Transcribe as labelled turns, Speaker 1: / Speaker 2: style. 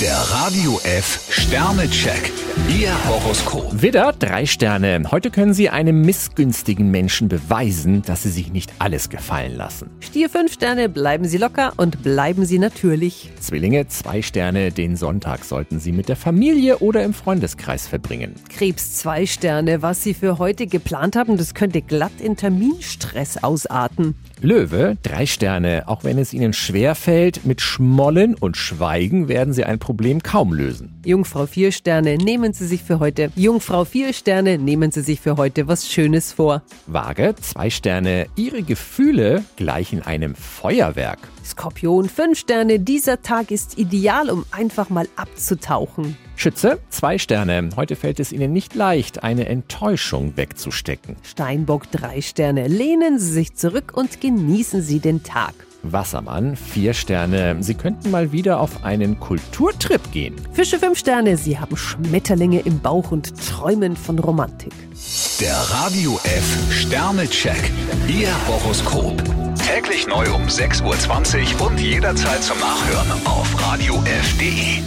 Speaker 1: Der Radio F Sternecheck. Ihr Horoskop.
Speaker 2: Widder, drei Sterne. Heute können Sie einem missgünstigen Menschen beweisen, dass Sie sich nicht alles gefallen lassen.
Speaker 3: Stier 5 Sterne, bleiben Sie locker und bleiben Sie natürlich.
Speaker 2: Zwillinge, zwei Sterne. Den Sonntag sollten Sie mit der Familie oder im Freundeskreis verbringen.
Speaker 3: Krebs 2 Sterne, was Sie für heute geplant haben, das könnte glatt in Terminstress ausarten.
Speaker 2: Löwe, drei Sterne. Auch wenn es Ihnen schwer fällt, mit Schmollen und Schweigen werden Sie ein Problem kaum lösen.
Speaker 3: Jungfrau 4 Sterne, nehmen Sie sich für heute. Jungfrau 4 Sterne, nehmen Sie sich für heute was Schönes vor.
Speaker 2: Waage, zwei Sterne. Ihre Gefühle gleichen einem Feuerwerk.
Speaker 3: Skorpion 5 Sterne, dieser Tag ist ideal, um einfach mal abzutauchen.
Speaker 2: Schütze, zwei Sterne. Heute fällt es Ihnen nicht leicht, eine Enttäuschung wegzustecken.
Speaker 3: Steinbock 3 Sterne, lehnen Sie sich zurück und genießen Sie den Tag.
Speaker 2: Wassermann, vier Sterne. Sie könnten mal wieder auf einen Kulturtrip gehen.
Speaker 3: Fische 5 Sterne, Sie haben Schmetterlinge im Bauch und träumen von Romantik.
Speaker 1: Der Radio F Sternecheck. Ihr Horoskop. Täglich neu um 6.20 Uhr und jederzeit zum Nachhören auf Radio radiof.de.